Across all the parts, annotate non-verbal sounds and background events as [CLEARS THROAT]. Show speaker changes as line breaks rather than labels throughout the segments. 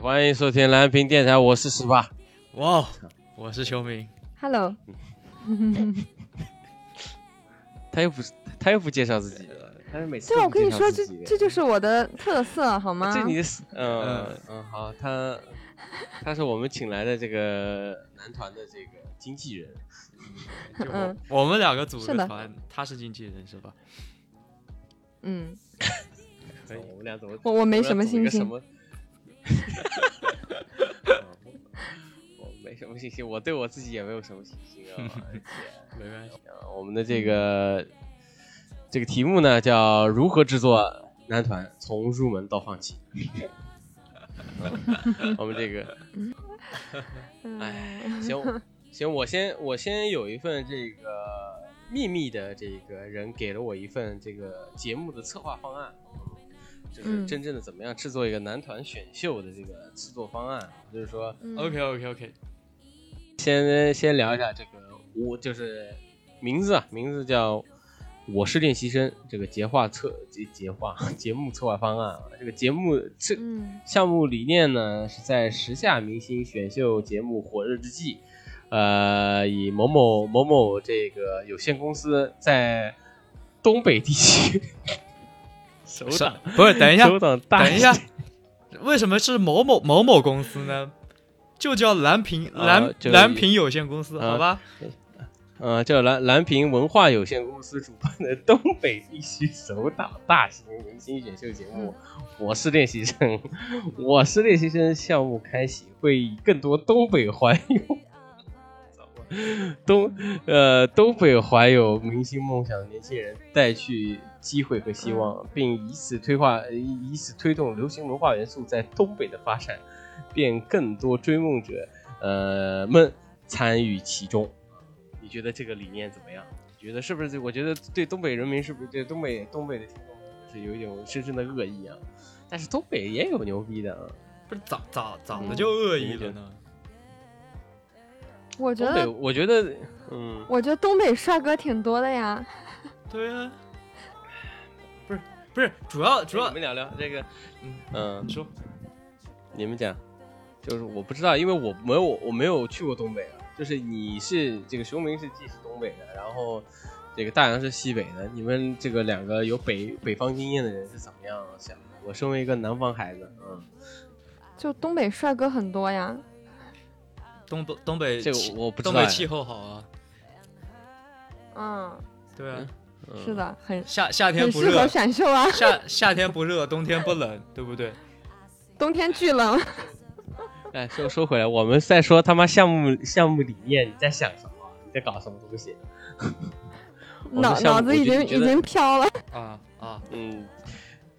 欢迎收听蓝屏电台，我是十八。
哇哦，我是球迷，
Hello，
他又不是，他又不介绍自己了，他每次
对啊，
都
我
不
跟你
介绍
说，
自己
这
啊
这啊就是我的特色，好吗？
这你的死，嗯
嗯
嗯，好，他他是我们请来的这个男团的这个经纪人，
就我,、
嗯
我们两个组
是
个
的
团，他是经纪人是吧？
嗯，
可以，哦我们俩怎么？
我我没
们俩
什么
组一
信
个什 [LAUGHS]
心，
么哦我我没什么信心，我对我自己也没有什么信心啊。 [LAUGHS] 而且
没关系，
啊我们的
嗯
这个这个题目呢，叫如何制作男团，从入门到放
[LAUGHS]
弃。嗯我们这个哎
[LAUGHS] 嗯，
行行，我先我先有一份这个秘密的这个人给了我一份这个节目的策划方案，就是
嗯
真正的怎么样制作一个男团选秀的这个制作方案，就是说
嗯
OK OK OK，
先先聊一下这个我就是名字啊，名字叫。我是练习生，这个节划策节节划节目策划方案啊，这个节目这
嗯
项目理念呢是在时下明星选秀节目火热之际，呃，以某某某某这个有限公司在东北地区 [LAUGHS] 首
是
档
不是？等一下，
首档大
等一下，为什么是某某某某公司呢？就叫蓝屏
呃
蓝、
就
蓝屏有限公司，
呃
好吧？
呃，叫蓝蓝屏文化有限公司主办的东北地区首档大型明星选秀节目《我是练习生》，我是练习生项目开启会以更多东北怀有东呃东北怀有明星梦想的年轻人带去机会和希望，并以此推化以以此推动流行文化元素在东北的发展，便更多追梦者呃们参与其中。你觉得这个理念怎么样？你觉得是不是？我觉得对东北人民是不是对东北东北的听众是有一种深深的恶意啊？但是东北也有牛逼的啊，
不是早早早的
嗯
就恶意了呢？
我觉
东北
得
我觉得嗯，
我觉得东北帅哥挺多的呀，
对啊，不是不是，主要主要
你们聊聊这个，
嗯
嗯
你，说
你们讲，就是我不知道，因为我没有我没有去过东北啊。就是你是这个熊明是既是东北的，然后这个大洋是西北的，你们这个两个有北北方经验的人是怎么样啊想的？我身为一个南方孩子，嗯，
就东北帅哥很多呀，
东北东北
这个
气
我不知道
东北
哎
气候好啊，
嗯，
对啊，
嗯
是的，很
夏夏天
很
不
适合
热，
选秀啊，
夏夏天不热，冬天不冷，对不对？
冬天巨冷，
哎，说说回来，我们在说他妈项目项目理念，你在想什么？你在搞什么东西？我
脑
们项目
脑子已
我
经
就觉
已
得
经飘了，
啊啊，
嗯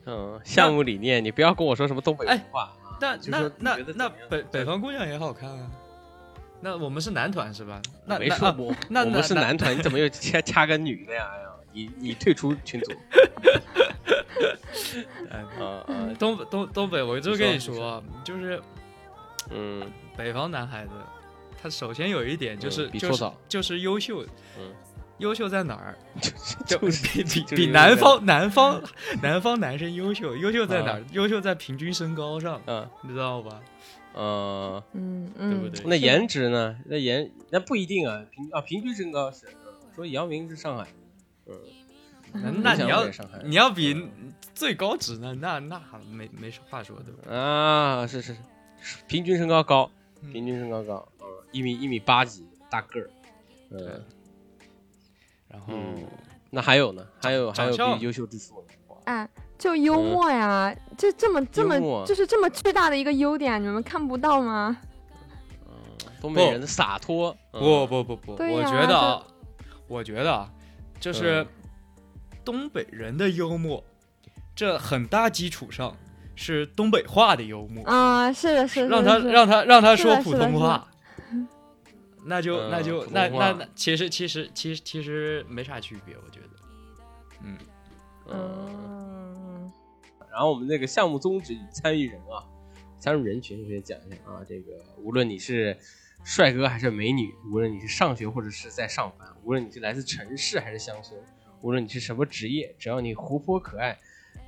嗯，项目理念，你不要跟我说什么东北
哎
啊文化。
那
就
那
说
那
你觉得
那
怎么样
北北方姑娘也好看啊。那我们是男团是吧？那
没
那
说
啊
过，
那
我
那
们是
那
男
[LAUGHS]
团，你怎么又掐掐个女的呀？哎呀，你你退出群组。
[LAUGHS] 哎
啊啊
东北东东北，我就
你
跟你
说
说啊，就是
嗯
北方男孩子，他首先有一点就是
嗯比
就
搓
是
澡
就是优秀，
嗯，
优秀在哪儿？ [LAUGHS] 就
就是
比比
就是
比
优秀
南
在
方
[LAUGHS]
南方南方男生优秀，优秀在哪儿
啊？
优秀在平均身高上，
嗯
你知道吧？
嗯，
嗯
对不
嗯，
对？
那颜值呢？那颜那不一定啊，平啊平均身高是。嗯说姚明是上海，嗯，
那
影
你要
响我也上海
你要比
嗯
最高值呢，那那没没话说，对吧？
啊，是是是，平均身高高，
嗯
平均身高高，嗯，一米一米八几，大个儿，嗯，
然后
嗯那还有呢？还有还
长
有
相
比优秀之处呢？哇
哎，就幽默呀，这这么这
幽默
么就是这么巨大的一个优点，你们看不到吗？
嗯东北人的洒脱，嗯
不嗯不不不，
对
我
呀
觉得
这
啊，我觉得啊，就是
嗯
东北人的幽默，这很大基础上是东北话的幽默，
啊，是的，是的，
让
是
他
的是的
让他让他
是
说
的
普
是的
通
是的
话，那就
嗯
那就
普通
那那
话
那，其实其实其实其实没啥区别，我觉得
嗯。
嗯，
然后我们那个项目宗旨与参与人啊，参与人群，我先讲一下啊，这个无论你是帅哥还是美女，无论你是上学或者是在上班，无论你是来自城市还是乡村，无论你是什么职业，只要你活泼可爱、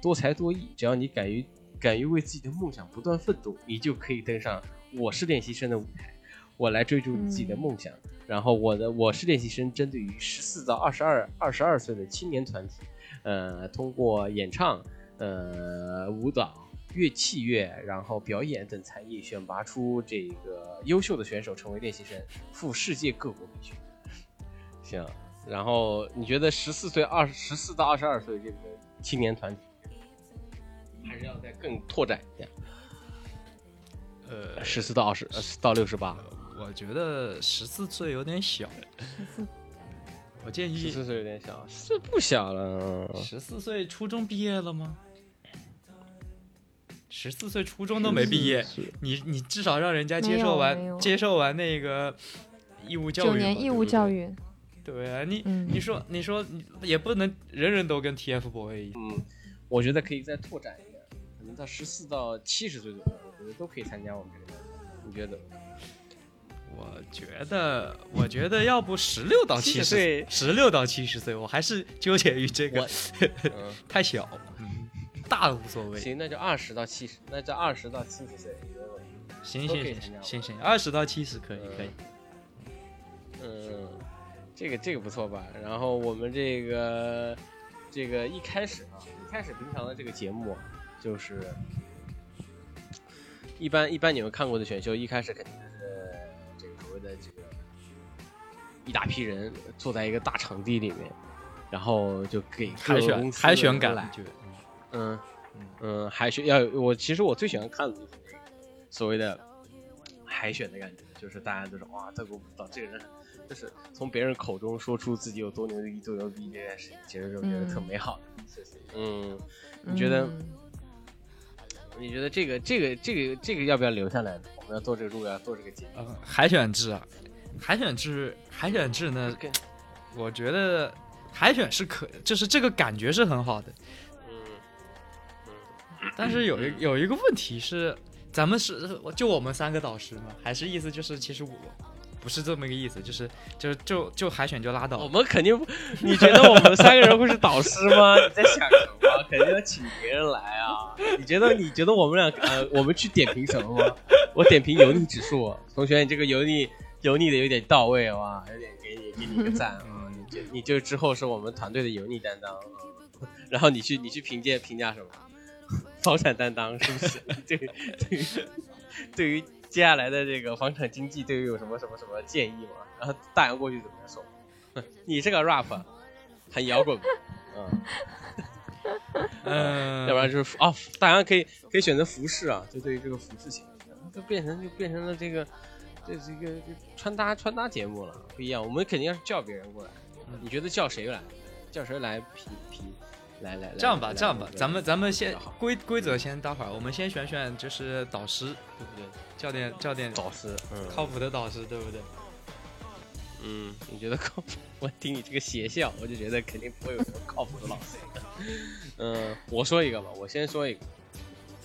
多才多艺，只要你敢于敢于为自己的梦想不断奋斗，你就可以登上我是练习生的舞台，我来追逐你自己的梦想。然后我的我是练习生，针对于十四到二十二二十二岁的青年团体，呃，通过演唱、呃舞蹈、乐器乐，然后表演等才艺选拔出这个优秀的选手成为练习生，赴世界各国比拼。行，然后你觉得十四岁二十四到二十二岁这个青年团体，还是要再更拓展一点，
呃，
十四到二十到六十八，
我觉得十四岁有点小，我建
十
议
四岁有啊点小，是不小了。
十四岁初中毕业了吗？十四岁初中都没毕业，你你至少让人家接受
没有没有
完接受完那个义务教育嘛，
九年义务教育，
对不对，对啊，你
嗯
你说你说你也不能人人都跟 TFBOY 一样，
嗯我觉得可以再拓展一点，可能到十四到七十岁左右，我觉得都可以参加我们这个。你觉得？
[LAUGHS] 我觉得我觉得要不十六到
70
七十
岁
十六到七十岁，我还是纠结于这个太小，嗯，大无所谓。
行，那就二十到七十，那就二十到七十岁。没问题
行
都
行
可以呃参
行
加吧
行行行，二十到七十可以可以。
嗯，这个这个不错吧？然后我们这个这个一开始啊，一开始平常的这个节目啊就是一般一般你们看过的选秀，一开始肯定就是这个所谓的这个一大批人坐在一个大场地里面，然后就给各
海
个
选
公司
海选
的
感
人来
觉，
嗯，嗯，海选要有我其实我最喜欢看的就是那个所谓的海选的感觉，就是大家都是哇，这个舞蹈这个人，就是从别人口中说出自己有多牛逼、多牛逼这件事情，其实就觉得特美好的事情。嗯，你觉得
嗯
你觉得这个这个这个这个要不要留下来呢？我们要做这个，如果要做这个节目，
嗯，海选制啊，海选制，海选制呢，
更
我觉得海选是可，就是这个感觉是很好的，
嗯
但是有一有一个问题是，咱们是就我们三个导师嘛，还是意思就是其实我不是这么个意思，就是就就就海选就拉倒
我，们肯哦定不，你觉得我们三个人会是导师 [LAUGHS] 吗？你在想什么？肯定要请别人来啊！你觉得你觉得我们俩呃，我们去点评什么吗？我点评油腻指数，同学，你这个油腻油腻的有点到位哇，有点给你给你一个赞啊！你就你就之后是我们团队的油腻担当，啊 [LAUGHS] 然后你去你去评鉴评价什么？ [LAUGHS] 房产担当是不是？ [LAUGHS] 对对对于接下来的这个房产经济，对于有什么什么什么建议吗？然后大洋过去怎么说？你这个 rap 很摇滚，嗯，
嗯，
要不然就是啊，大家可以可以选择服饰啊，就对于这个服饰型，就变成就变成了这个这这个这穿搭穿搭节目了，不一样。我们肯定要是叫别人过来，
嗯
你觉得叫谁来？叫谁来评评？来来来，
这样吧，
来
这样吧
来，
咱们咱们先
比较好
规规则先待会儿，我们先选选就是导师，对不对？教练教练
导师，嗯，
靠谱的导师，对不对？
嗯，你觉得靠谱？我听你这个邪笑，我就觉得肯定不会有什么靠谱的老师。嗯，我说一个吧，我先说一个，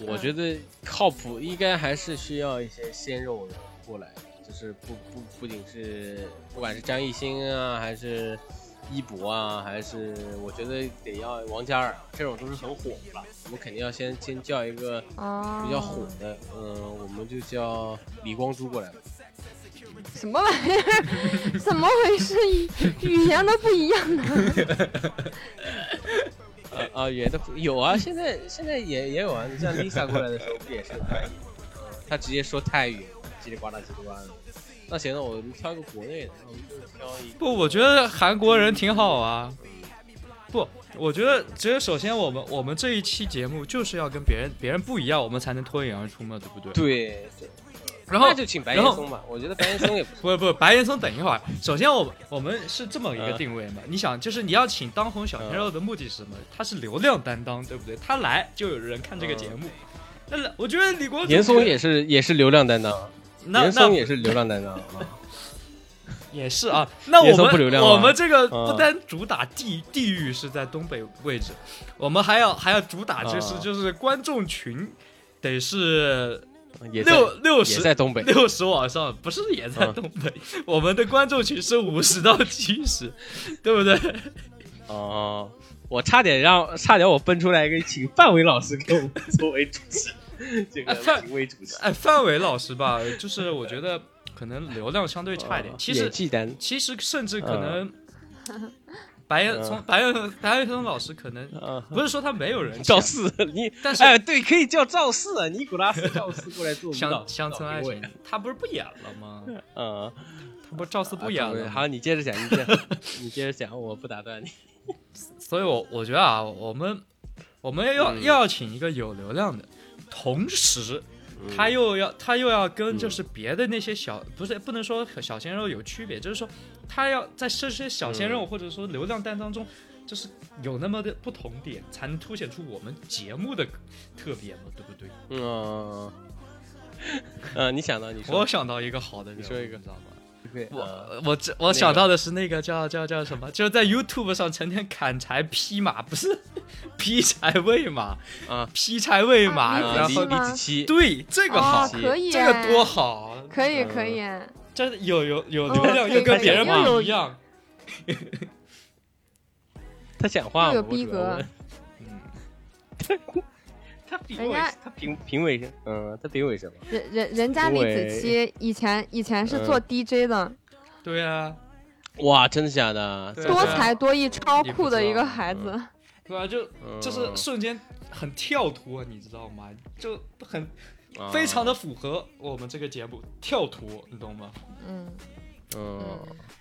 我觉得靠谱应该还是需要一些鲜肉的过来，就是不不不仅是不管是张艺兴啊，还是一博啊，还是我觉得得要王嘉尔啊这种都是很火的了，我们肯定要先先叫一个
哦，
比较火的，嗯，我们就叫李光洙过来吧。
什么玩意儿？怎么回事？语语言都不一样啊！
呃啊，也都有啊，现在现在也也有啊。你像 Lisa 过来的时候，不也是翻译？她直接说泰语，叽里呱啦叽里呱啦的。那行，那我们挑一个国内的，我们就挑一个
不，我觉得韩国人挺好啊。不，我觉得只有首先我们我们这一期节目就是要跟别人别人不一样，我们才能脱颖而出嘛，对不对？。
对对，
然后
那就请白岩松吧。我觉得白岩松也不错。
不不，白岩松，等一会儿。首先我，们我们是这么一个
嗯
定位嘛？你想，就是你要请当红小鲜肉的目的是什么？他是流量担当，对不对？他来就有人看这个节目。那我觉得李光洙
严嵩也是也是流量担 [LAUGHS] 当，
那
严
那
嵩也是流量担当。 [LAUGHS] 啊
也是啊。那
严
我
嵩
们
不流量吗
我们这个
嗯
不单主打地地域是在东北位置，我们还要还要主打就是、
嗯
就是观众群得是
也在
六六
也
十
在东北。
六十往上，不是也在
嗯
东北？ [LAUGHS] 我们的观众群是五十到七十，对不对？
哦，我差点让差点我蹦出来一个，请范伟老师给我们作为主持，这个评委主持。
哎，范伟老师吧，就是我觉得可能流量相对差一点。其实
啊呃演技呃担
其实甚至可能白岩
呃
从白岩白岩松老师可能
啊，
不是说他没有
[LAUGHS]
人
赵
想
四，你
但是
哎，对，可以叫赵四啊，尼古拉斯赵四过来做舞蹈
乡乡村爱
评委
情，他不是不演了吗？
嗯，
他不是赵四不演
养
了吗？
好，你接着讲，你接着你接着讲，我不打断你。
所以我我觉得啊，我们我们要、
嗯
又要请一个有流量的，同时
嗯
他又要他又要跟
嗯
就是别的那些小、不是不能说和小鲜肉有区别，就是说他要在这些小鲜
嗯
肉、或者说流量蛋当中，就是有那么的不同点，才能凸显出我们节目的特别嘛，对不对？
嗯，嗯，你想到你
我
说，
想到一个好的人物，
你说一个
你知道吗？
对，嗯
我我这我想到的是那个叫叫叫什么，就是在 YouTube 上成天砍柴劈马，不是 [LAUGHS] 劈柴喂马
啊，
劈柴喂马，
啊
啊
然
李
后
是吗
李子柒，
对这个好
哦，，
奇
可以，
这个多，好，啊
可以可以，
这有有有
哦
流量
可以
又跟别人
可以
不
又
一样，
他讲话吗
又有
我
逼
主要
格啊
问他评
人
委
家，
他评评委什，嗯，他评委什么？
人人人家李
因
子
为
柒以前以前是做
嗯
DJ 的，
对啊，
哇，真的假的？
对啊
多才多艺，超
你不
酷的
知
一个
道
孩子。
对啊，就
嗯
就是瞬间很跳脱，你知道吗？就很
啊
非常的符合我们这个节目跳脱，你懂吗？
嗯，
嗯，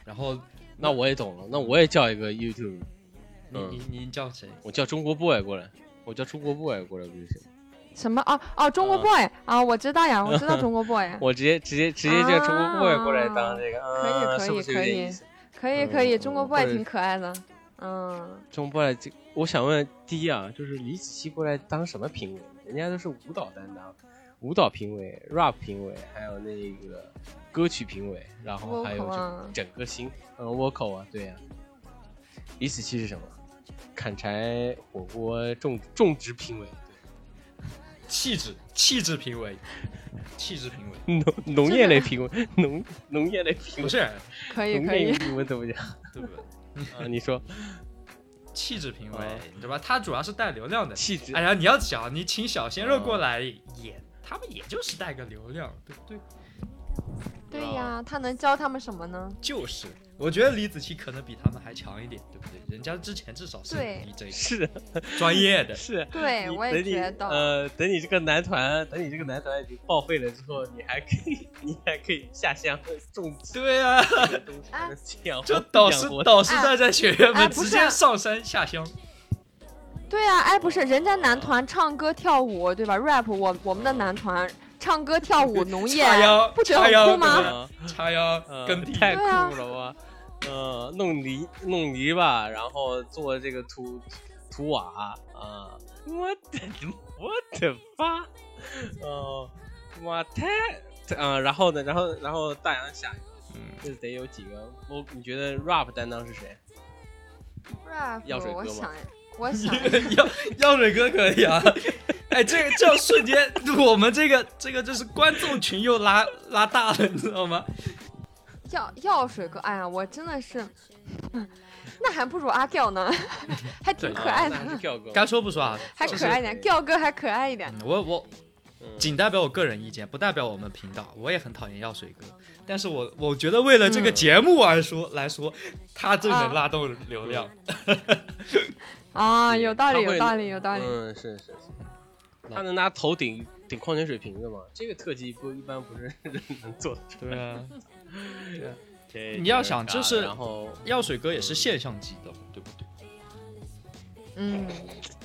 然后
那我也懂了，那我也叫一个 YouTube，
你
嗯
你你叫谁？
我叫中国 boy 过来，我叫中国 boy 过来不就行？
什么？哦哦，中国
啊
boy 啊，我知道呀，我知道中国 boy， [LAUGHS]
我直接直接直接叫中国 boy 过来当这个，
啊可以
啊
可以
是不是有
可
点
以
意思？
可以可以，
嗯
中国
嗯
boy
或者
挺可爱的。嗯，
中国 boy 这，我想问第一啊，就是李子柒过来当什么评委？人家都是舞蹈担当，舞蹈评委、rap 评委，还有那个歌曲评委，然后还有
Vocal 啊
整整个新呃 vocal 啊，对呀、李子柒是什么？砍柴火锅种种植评委
气质气质评委，气质评委。
农农业类评委，农农业类评
不
委，
是，
可以
农
可
业
以。
评委怎么讲
对不对？
啊？你说
气质评委
哦，
你知道吧？他主要是带流量的。
气质
哎呀，你要讲，你请小鲜肉过来演，他们也就是带个流量，对不对？
对呀，他能教他们什么呢？
就是，我觉得李子柒可能比他们还强一点，对不对？人家之前至少是
对
DJ
是
专
[LAUGHS]
业
[LAUGHS]
的，
是，
对，
你
我也
等你
觉得。
呃，等你这个男团，等你这个男团已经报废了之后，你还可以， [LAUGHS] 你还可以下乡种植
对
[LAUGHS]
啊，
这个东西
啊，
养活
就导师
养活
导师带着学员
哎
们
不
直
是
接上山下乡，
对啊，哎，不是，人家男团唱歌跳舞，对吧？rap，我我们的男团唱歌跳舞，农业
插秧，
不觉得
插
很
秧
酷吗？
啊
插秧
呃
耕地， [LAUGHS]
太酷
对啊
了吧？呃，弄泥弄泥巴，然后做这个土土瓦啊、我的 [LAUGHS] 我的妈！哦、哇，太啊、然后呢，然后然后大洋下一个，
嗯
这得有几个？我你觉得 rap 担当是谁？
rap，
药水
我
歌吗
想，我想，
[LAUGHS]
药药水哥可以
[LAUGHS]
啊。哎，这个这样瞬间，我们这个这个就是观众群又拉拉大了，你知道吗？
药药水哥，哎呀，我真的是， [LAUGHS] 那还不如阿调呢， [LAUGHS] 还挺可爱的
啊，那还是跳哥。
该说不说啊，
哦还
就
可
是
爱一点，调哥还可爱一点。
嗯我我
嗯
仅代表我个人意见，不代表我们频道。我也很讨厌药水哥，但是我我觉得为了这个节目而说、来说，他最能拉动流量。
啊，
对
有道理，
他会
有道理，有道理。
嗯，是是是，他能拿头顶顶矿泉水瓶子吗？这个特技不一般不是人能做 [LAUGHS] 的出
对啊，
来。
你要想就是
然后
药水哥也是现象级的，对不
[LAUGHS]
对？
嗯，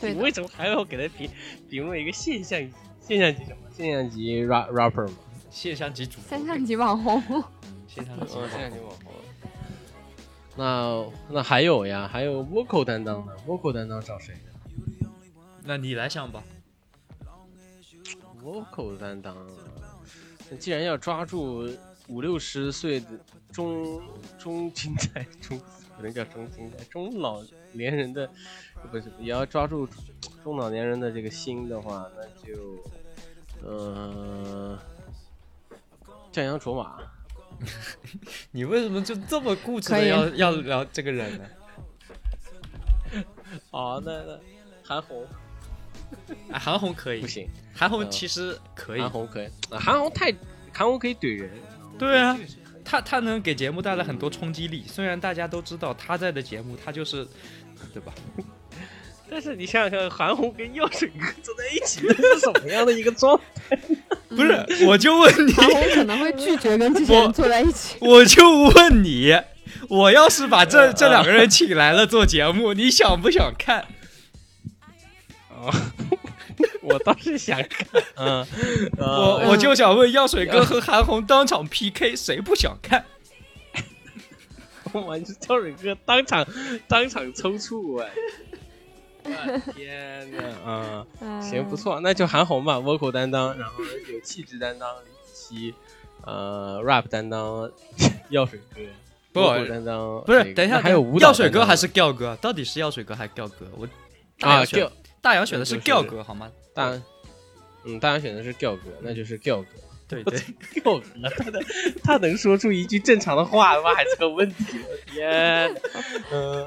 对
你
的，
为什么还要给他评评论一个现象级？现象级什么？现象级 rap rapper 吗？
现象级主播，
现象级网
[LAUGHS]
红。
现象
嗯
级主播，
网红。那那还有呀，还有 vocal 担当呢，vocal 担当找谁啊呢
那你来想吧。
vocal 担当啊，那既然要抓住五六十岁的中中青代中，不能叫中青代，中老年人的，不是也要抓住中老年人的这个心的话，那就，呃，降羊卓马，
你为什么就这么固执
可
的
以啊
要要聊这个人呢？
哦，那那韩红
哎，韩红可以，
不，行，
韩红其实可以，
韩红可以，啊韩红太韩红可以怼人，
对啊，他他能给节目带来很多冲击力。虽然大家都知道他在的节目，他就是，对吧？
但是你想想看，韩红跟药神哥坐在一 [LAUGHS] 起，那是什么样的一个状态？
嗯
不是，我就问你，。
韩红可能会拒绝跟这些人坐在一起
[LAUGHS] 我就问你，我要是把
嗯
这这两个人请来了做节目， [LAUGHS] 你想不想看？
我倒是想
[LAUGHS]
看， [LAUGHS] 嗯，
我我就想问药水哥和韩红当场 PK，谁不想看？
我完是跳水哥当场当场抽搐哎！我的天哪，啊、
嗯
行不。错，那就韩红吧，vocal 担当，然后有气质担当李子柒，呃，rap 担当药水哥，
不
vocal 担当
不
那，
是
呃个
等一下，
那还有舞蹈
药水
担
哥
当
还是 Giao 哥？到底是药水哥还是 Giao 哥？我大
啊
洋选
，Giao
大洋选的是
对就是
Giao 哥
[LAUGHS]
好吗？
大洋，嗯，大家选的是 Giao 哥，那就是 Giao 哥
对对，
，Giao 哥他能他能说出一句正常的话，他妈还是个问题，我的天，嗯、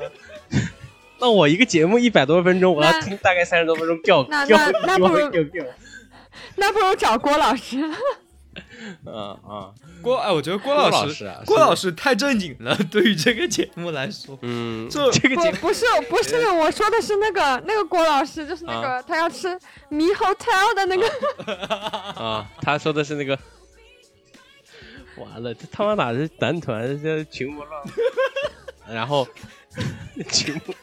那我一个节目一百多分钟，我要
那
听大概三十多分钟 Giao
那
Giao Giao
那那不如
Giao Giao。
那不如找郭老师。
嗯啊，
郭哎，我觉得郭
郭
老
老
师
师啊
郭
是的
老师太正经了， [LAUGHS] 对于这个节目来说，
嗯，
这
这个节目
不不是
[LAUGHS]
不是，我说的是那个那个郭老师，就是
啊
那个、他要吃猕猴 hotel 的那个。
啊，他说的是那个，完了，这他妈哪是男团，这群魔乱舞，然后群魔，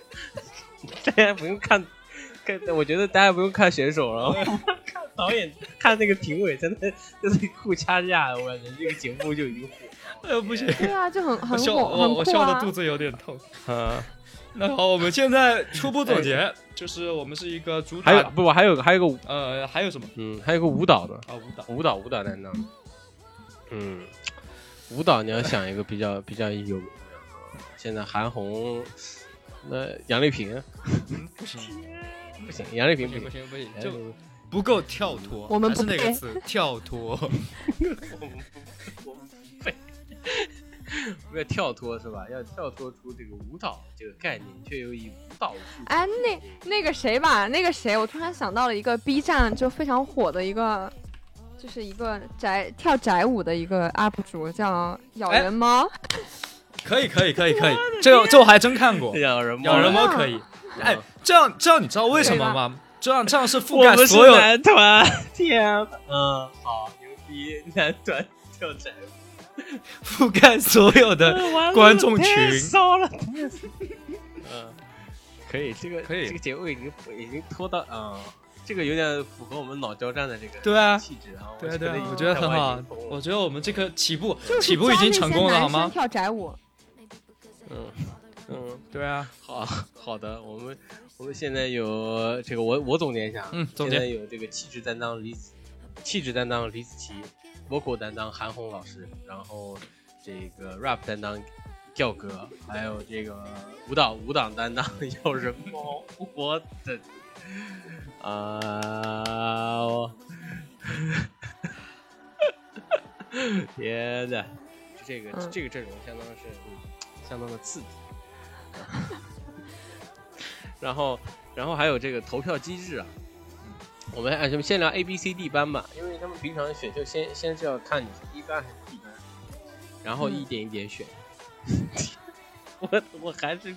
大家不用看，看，我觉得大家不用看选手了，看导演，看那个评委在那在那互掐架，我感觉这个节目就已经火
哎呦不行，
[LAUGHS] 对啊，就很
我
很
笑
火
我我
很酷
笑的
啊
肚。子有点痛。
了。啊，
那好，我们现在初步总结，就是我们是一个主
哎还有
打，
不，我还有个还有个，
呃，还有什么
嗯，还有个舞蹈的，
啊？舞蹈，
舞蹈舞蹈担当，嗯，舞蹈你要想一个比较比较有名的，啊现在韩红，那杨丽萍
嗯，不行，
不行，杨丽
不
萍不
行，不
行，哎杨丽
行，不行，就
萍
不够跳脱。
哎我们
还是
不
那个
配
词，跳脱。
不要跳脱是吧？要跳脱出这个舞蹈这个概念，却又以舞蹈为
哎，那那个谁吧，那个谁，我突然想到了一个 B 站就非常火的一个，就是一个宅跳宅舞的一个 UP 主，叫咬
哎
人猫。
[LAUGHS] 可以，可以，可以，可以。
啊
这这我还真看过
主，，咬哎人
咬人猫可以。哎，这样这样，你知道为什么吗？这样这样是覆盖所有
男 [LAUGHS] 团，天啊，嗯，好牛逼，男团跳宅舞，
覆盖所有
[LAUGHS]
的。观众群
太骚了，嗯，可以，这个
可以
这个节目已经已经拖到啊、这个有点符合我们脑交战的这个
对啊，
气质啊，
对啊
我觉
对啊
得，
我觉得很好
已经。疯
我
了
觉得我们这个起步
就是
起步已经
教
成
那些
功了，
男
好
生
吗？
跳宅舞，
嗯嗯，
对啊，
好好的，我们我们现在有这个我我总结一下啊，
嗯总结
现在有这个气质担当李子，气质担当李子柒，vocal 担当韩红老师，然后这个 rap 担当。教哥，还有这个舞蹈舞蹈担当要人猫，我的啊、我 [LAUGHS] 天呐，这个、
嗯
这个阵容相当是、嗯相当的刺 [LAUGHS] 激。然后，然后还有这个投票机制啊，我们按什么先聊 A B C D 班吧，因为他们平常选秀先先是要看你是 D 班还是 D 班，然后一点一点选。嗯 [LAUGHS] 我我还是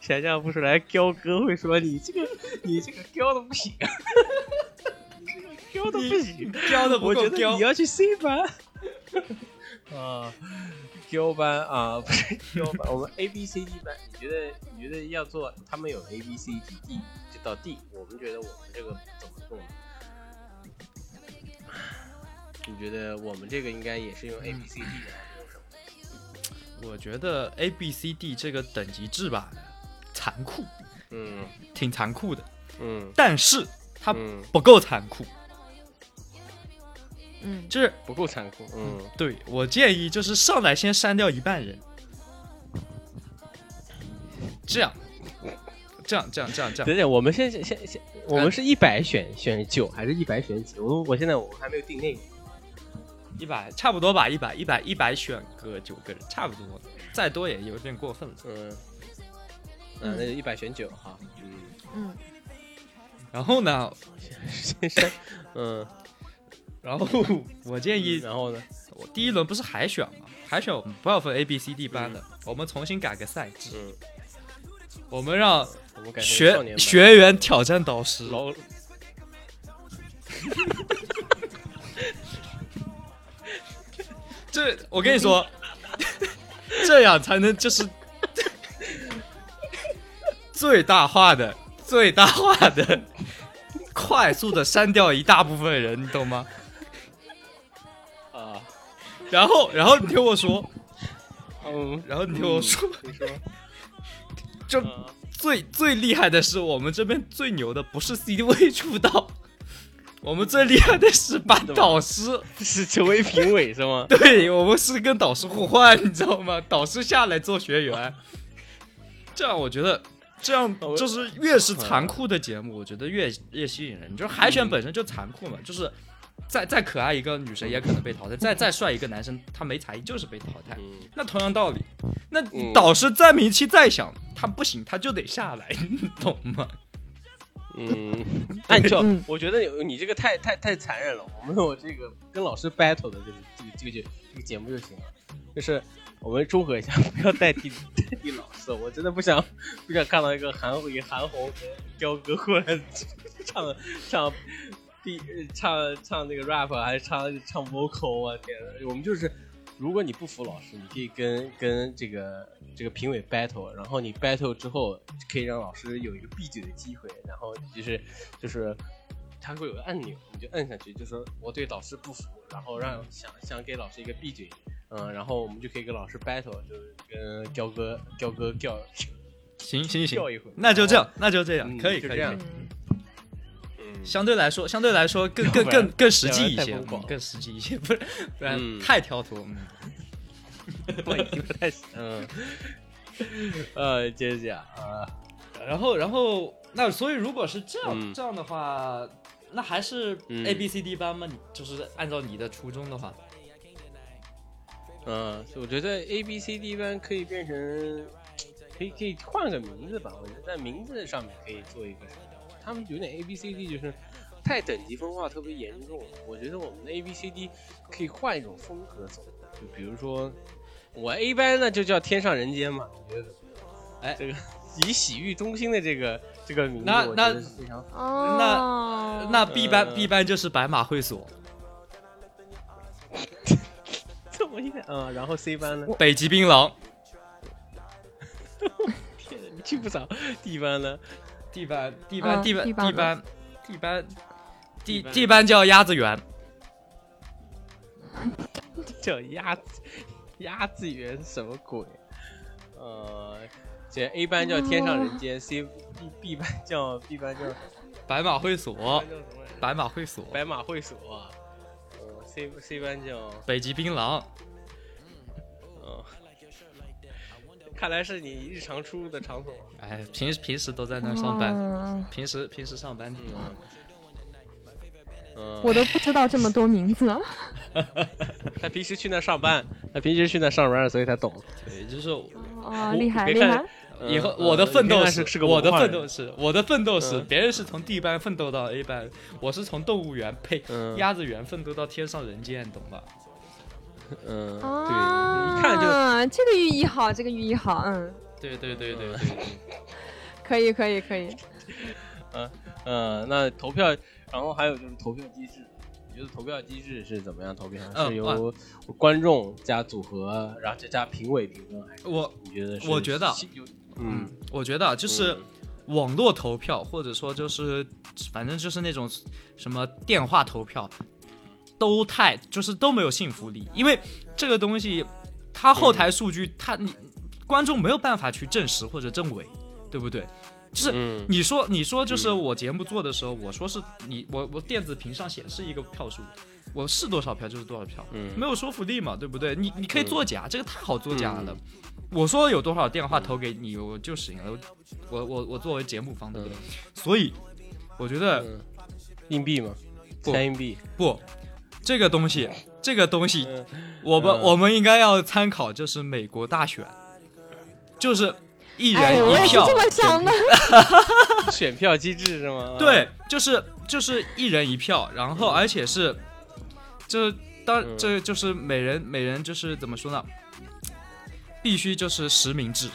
想象不出来，彪哥会说你这个你这个彪的不行， [LAUGHS] 你这个彪的不行。
雕的不
我
够
觉得
雕
你。要去 C 班，啊，Q 班啊， [LAUGHS] 不是 Q 班，我们 A B C D 班，你觉得你觉得要做？他们有 A B C D D 就到 D，我们觉得我们这个怎么做？你觉得我们这个应该也是用 A B C D 的还是用什么？
我觉得 A B C D 这个等级制吧，残酷，
嗯
挺残酷的，
嗯，
但是它
嗯
不够残酷。
嗯，
就是
不够残酷，嗯
对我建议，就是上来先删掉一半人，这样，这样，这样，这样，这样。
等等，我们现在现现，我们是一百选选九还是一百选几？我都我现在我还没有定那个。
一百差不多吧，一百一百一百选个九个人，差不多，再多也有点过分了。
[LAUGHS] 嗯，嗯，那就一百选九哈。嗯，
嗯，
然后呢，
[LAUGHS] 嗯，[LAUGHS]
然后我建议
然后呢？
我第一轮不是海选吗？海选我们不要分 A、B、C、D 班的，我们重新改个赛制，
嗯，
我们让
我们改成少年
学
版
学员挑战导师。
老，
这我跟你说，这样才能就是最大化的、最大化的、快速的删掉一大部分人，你懂吗？
啊，
然后，然后你听我说，
嗯，
然后你听我说，
你说，
就
啊
最最厉害的是，我们这边最牛的不是 C 位出道，我们最厉害的是把导师，
[LAUGHS] 是成为评委是吗？
[LAUGHS] 对我们是跟导师互换，你知道吗？导师下来做学员，这样我觉得。这样
我
就是越是残酷的节目，我觉得越越吸引人。就是海选本身就残酷
嗯
嘛，就是再再可爱一个女生也可能被淘汰，再再帅一个男生他没才艺就是被淘
[LAUGHS]
汰。
嗯，
那同样道理，那
嗯
导师再名气再响，他不行，他就得下来， [LAUGHS] 你懂吗？
嗯，按照
嗯
我觉得你你这个太太太残忍了，我们有这个跟老师 battle 的这个这个这个节这个节目就行了，就是我们中和一下，不要代替代替老师，我真的不想不想看到一个韩语韩红和 [LAUGHS] 彪哥过来唱唱 B 唱唱那个 rap 还是唱唱 vocal，我天呐，我们就是。如果你不服老师，你可以跟跟这个这个评委 battle，然后你 battle 之后可以让老师有一个闭嘴的机会，然后就是就是他会有个按钮，你就摁下去，就说我对老师不服，然后让想想给老师一个闭嘴，嗯，然后我们就可以跟老师 battle，就是跟彪哥彪哥吊
行行
吊，一会儿，
那就这样，那就这样，
嗯
可以
就
可以
这。样
可以
嗯
嗯，
相对来说，相对来说更更
要不然
更更实际一
要不
些
然太疯，狂
嗯更实际一些，不然不然
嗯
太跳脱。嗯
我已经不太行，嗯，呃，接着讲啊，
[LAUGHS] 然后然后那所以如果是这样
嗯
这样的话，那还是
嗯
A B C D 班吗？你就是按照你的初衷的话，
嗯，我觉得 A B C D 班可以变成，可以可以换个名字吧。我觉得在名字上面可以做一个什么，他们有点 A B C D 就是太等级分化特别严重了。我觉得我们的 A B C D 可以换一种风格走，就比如说我 A 班呢就叫天上人间嘛，你觉得？
哎
这个以洗浴中心的这个这个名字，
那
我
那
觉得是非常好。
哦，
那 B 班
呃
B 班就是白马会所，
[LAUGHS] 这么一点，嗯，然后 C 班呢？
北极槟榔
天哪，你 [LAUGHS] 去不着 D 班呢？
，D 班 D
啊
班 D 班
D
D
班
班 D 班 D
班
D 班叫鸭子园。
叫鸭子鸭子园是什么鬼？呃，这 A 班叫天上人间、c B B 班叫 B 班叫
白马会所
班，叫什么来着？
白马会所，
白马会所、啊呃，C C 班叫
北极槟榔，
呃，看来是你日常出入的场所。
哎，平时平时都在那儿上班，
嗯
平时平时上班，
嗯，嗯
我都不知道这么多名字。
他平时去那上班，他平时去那上班，所以他懂。
对，就是
哦，厉害
别
厉
看
害，
嗯
以后
嗯
我的奋斗
原来
史
是是个
我
文
的
化
奋
人
斗史，我的奋斗史，
嗯
别人是从 D 班奋斗到 A 班，我是从动物园呸
嗯
鸭子园奋斗到天上人间，懂吧？
嗯，
哦
对，
啊，
一看就
这个寓意好，这个寓意好，嗯，
对对对对
嗯
对，对
可以可以可以，
嗯，那投票，然后还有就是投票机制，你觉得投票机制是怎么样投票？
嗯
是由观众加组合，然后再加评委评分，还是
我
你觉得是？
我觉得
有，
嗯
嗯，，
我觉得啊就是网络投票，或者说就是反正就是那种什么电话投票，都太就是都没有信服力，因为这个东西它后
嗯
台数据它你观众没有办法去证实或者证伪，对不对？就是
嗯
你说，你说，就是
嗯
我节目做的时候，我说是你，我我电子屏上显示一个票数，我是多少票就是多少票，
嗯
没有说服力嘛，对不对？你你可以作假，这个太好作假了
嗯。
我说有多少电话投给你，我就行了。我我我作为节目方，对不对？所以我觉得
嗯，硬币嘛，
不
猜硬币，
不，这个东西，这个东西，
嗯
我们
嗯
我们应该要参考，就是美国大选，就是一
哎，
人
我也
一
是
票
这，么想的。
选票机制是吗？
对，就是就是一人一票，然后而且是，这当
嗯
这就是每人每人就是怎么说呢，必须就是实名制，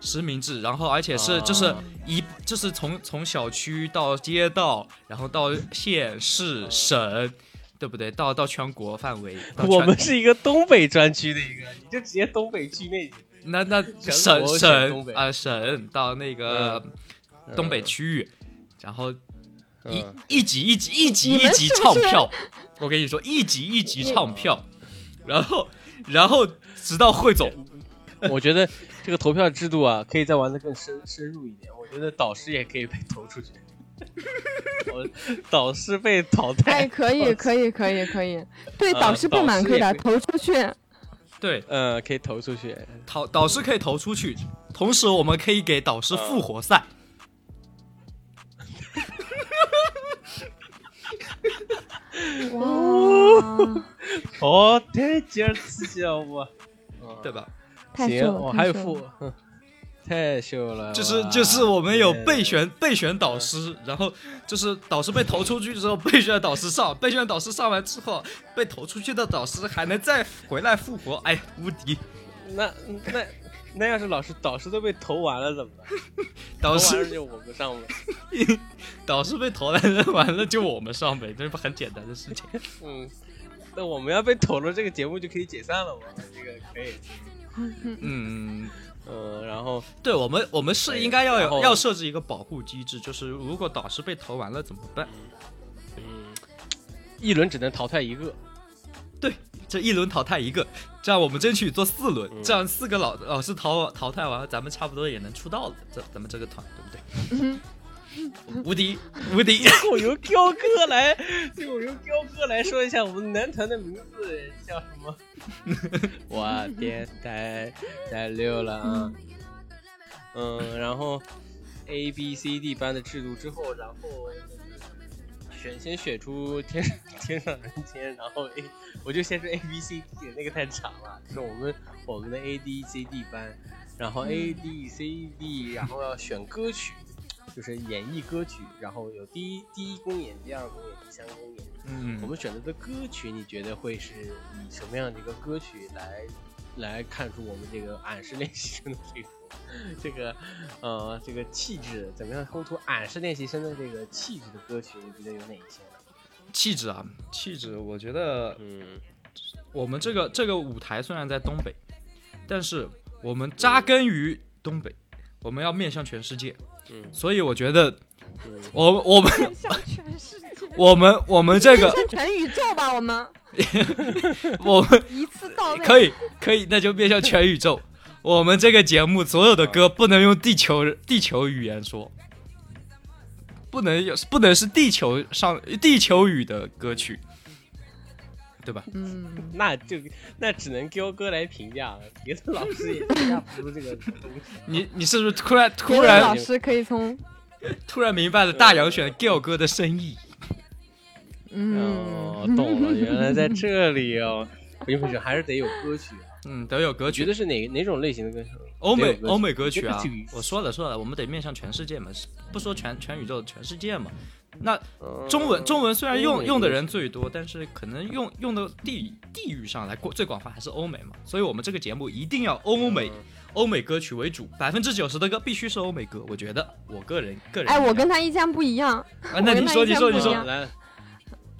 实名制，然后而且是就是
啊
一就是从从小区到街道，然后到县市省。对不对？到到全国范围，到
我
全
们是一个东北专区的一个，你就直接东北区内
那那
全
省
国选东
省
北嗯
啊、省到那个东北区域，然后一
嗯
一级一级一级
你
一
们
级
是不
唱
是嗯
票，我跟你说一级一级唱票，然后然后直到汇总，
[LAUGHS] 我觉得这个投票制度啊，可以再玩的更深深入一点。我觉得导师也可以被投出去，我导师被淘汰。
哎，可以，可以，可以，可以。对
呃
导师不
导
满
师
可
也
以的，
可以
投出去。
对
嗯，可以投出去。
导导师可以投出去，同时我们可以给导师复活赛。
哇，
哦，太劲儿刺激了我，
对吧？
太
行，
秀
我
了，
还
太
有
秀
副
了。，
哼太秀了。
就是
哇
就是我们有
嗯
备选备选导师，然后就是导师被投出去之后，备选导师上，备选导师上完之后，被投出去的导师还能再回来复活，哎呀，无敌！
那那那要是老师导师都被投完了怎么办？
导
投完了
师
就我们上了。
导师被投了， [LAUGHS] 完了就我们上呗，这不很简单的事情。
嗯，那我们要被投了，这个节目就可以解散了。我这个可以。
嗯，
嗯，然后
对我们我们是应该要
然后
有要设置一个保护机制，就是如果导师被投完了怎么办？
嗯，一轮只能淘汰一个。
对，这一轮淘汰一个，这样我们争取做四轮，
嗯
这样四个老老师淘淘汰完，咱们差不多也能出道了。这咱们这个团对不对？无敌无敌！
[LAUGHS] [LAUGHS] 我由彪哥来，对，我由彪哥来说一下我们男团的名字叫什么？我电台太溜了啊！嗯，然后 A B C D 班的制度之后，然后选先选出天上天上人间，然后 A 我就先说 A B C D 那个太长了，就是我们我们的 A D C D 班，然后 A D C D，然后要选歌曲，就是演绎歌曲，然后有第一第一公演、第二公演、第三公演。我
嗯，
们选择的歌曲，你觉得会是以什么样的一个歌曲来来看出我们这个俺式练习生的这个这个呃这个气质？怎么样烘托俺式练习生的这个气质的歌曲？你觉得有哪一些呢？
气质啊，气质，我觉得
嗯，
我们这个这个舞台虽然在东北，但是我们扎根于东北，我们要面向全世界。
嗯
所以我觉得我我们
向全世界，
我们我们这个
向全宇宙吧，我们
我们
一次到位。
可以，可以，那就面向全宇宙。我们这个节目所有的歌不能用地球地球语言说，不能有不能是地球上地球语的歌曲，对吧？
嗯，
那就那只能彪哥来评价了，别的老师也评价不出这个东西。
你你是不是突然
别
突
的老
然
师可以从
突然明白了大洋选 Giao 哥的深意？
嗯
哦，懂了，原来在这里哦。不行不行，还是得有歌曲啊。
嗯，得有歌
你觉
曲，
得是哪哪种类型的歌手？
欧
得有
美
歌曲
欧美歌曲啊
得有歌曲！
我说了说了，我们得面向全世界嘛，不说全全宇宙，全世界嘛。那
嗯
中文中文虽然
欧
用
美
用的人最多，但是可能用用的地地域上来过最广泛还是欧美嘛，所以我们这个节目一定要欧
嗯
美、欧美歌曲为主，百分之九十的歌必须是欧美歌，我觉得我个人个人
哎，
意
我
见
跟他意见不一样。
啊，那
我跟
你
他
说
意
你
见
说
不
你
一
说
样
来，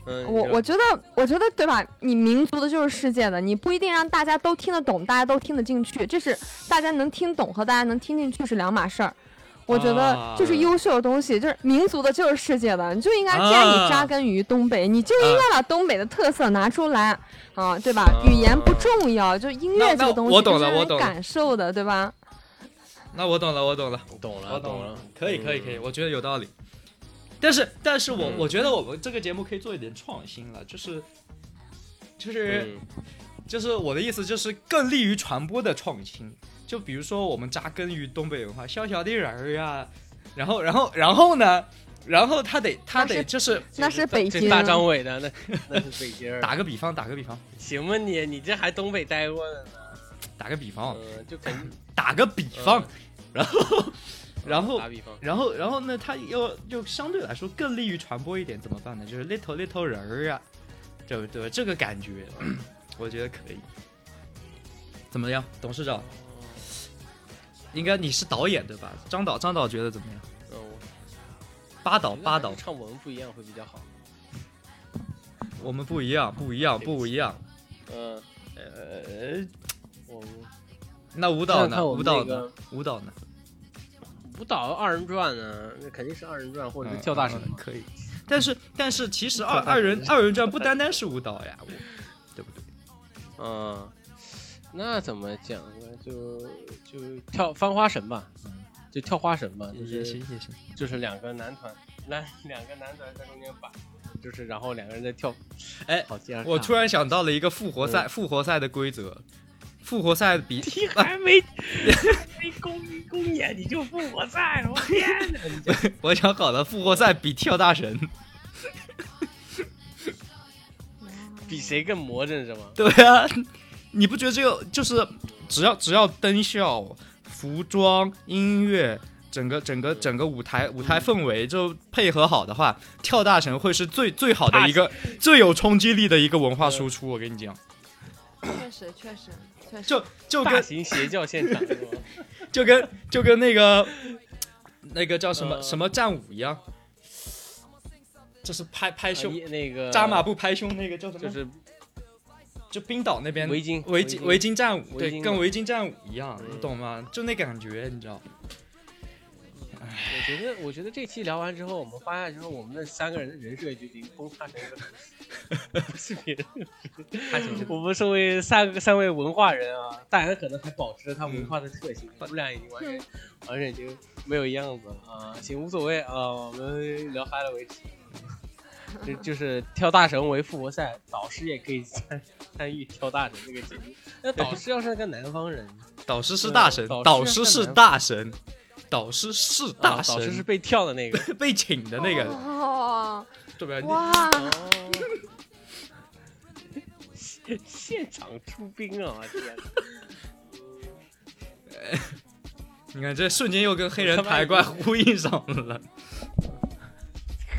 嗯，
我我觉得，我觉得对吧？你民族的就是世界的，你不一定让大家都听得懂，大家都听得进去，这是大家能听懂和大家能听进去是两码事儿。我觉得就是
啊
优秀的东西，就是民族的，就是世界的。你就应该，既然你扎
啊
根于东北，你就应该把东北的特色拿出来啊，对吧？语言不
啊
重要，就音
那
乐这
那
个东西，
我懂了我
人
懂了
感受的，对吧？
那我懂了，我懂了，
懂了，
我
啊懂
了
了，，
可以可以可以，
嗯
我觉得有道理。但是但是我我觉得我们这个节目可以做一点创新了，就是就是。
嗯
就是我的意思，就是更利于传播的创新。就比如说我们扎根于东北文化，小小的人儿呀，然后然后然后呢，然后他得他
那
得
是
就是
那是北
这
京
大张伟
[LAUGHS]
的那那是北京
打个比方，打个比方，
行吧你你这还东北待过呢，
打个比方，
嗯，就肯定
打个比方
嗯，
然后，然后
打比方，
然后，然后呢，它又又相对来说更利于传播一点，怎么办呢？就是 little little 人儿啊，对不对？这个感觉， [CLEARS THROAT] 我觉得可以。怎么样，董
嗯
事长？应该你是导演对吧？张导，张导觉得怎么样？
呃，我
八导，
觉得
八
还
导
是，唱我们不一样会比较好。
我们不一样，不一样，
对不起
不一样。
嗯，
呃，
我们
那舞
想
蹈
想
呢？
看我
舞
们
蹈
那
呢
个？
舞蹈呢？
舞蹈二人转呢，那肯定是二人转或者是跳大神
嗯嗯嗯可以。但是但是，其实二
跳大
二人
神
二人转不单单是舞蹈呀，我对不对？
嗯，那怎么讲呢？就就跳翻花神吧
嗯，
就跳花神吧，就
也
是
行也行。
就是两个男团，男两个男团在中间摆，就是然后两个人在跳，哎，好接着看嗯
我突然想到了一个复活赛，复活赛的规则，复活赛比 [LAUGHS]
你还没还没公公演你就复活赛了，我天哪！你这
我想好了，复活赛比跳大神，
比谁更魔怔是吗？
[LAUGHS] 对啊，你不觉得这个就是只要只要灯效、服装、音乐，整个整个整个舞台
嗯
舞台氛围就配合好的话，跳大神会是最最好的一个最有冲击力的一个文化输出。我跟你讲，
确实确实确实，
就就
大
跟
型邪教现场是吗？ [LAUGHS]
就跟就跟那个那个叫什么
呃
什么战舞一样，就是拍拍胸
啊一那个
扎马步拍胸那个叫什么？
就是
就冰岛那边
围巾
围
围
巾
巾
围巾战舞，
围
对，
巾
跟
嘛
围巾战舞一样，
嗯
你懂吗？就那感觉，你知道？
我觉得，我觉得这期聊完之后，我们发下之后，我们那三个人的人设就已经崩塌成一个故事，不是别人。
[LAUGHS]
我们身为三个三位文化人啊，大家可能还保持着他文化
嗯
的特性，我们俩已经完
[LAUGHS]
全完全已经没有样子了啊，行无所谓啊，我们聊嗨了为止。就就是跳大神为复活赛，导师也可以参参与跳大神这个节目。那导师要是个南方人，啊
导师是大神，
对
导
导
师
师
是
是
大神，导师是大
啊
神，
导师是被跳的那个。
被被请的那个，
哦，
对吧？你
哇，
哦，现现场出兵啊！天哪，
你看这瞬间又跟黑人
我他妈
抬棺呼应上
[LAUGHS]
了。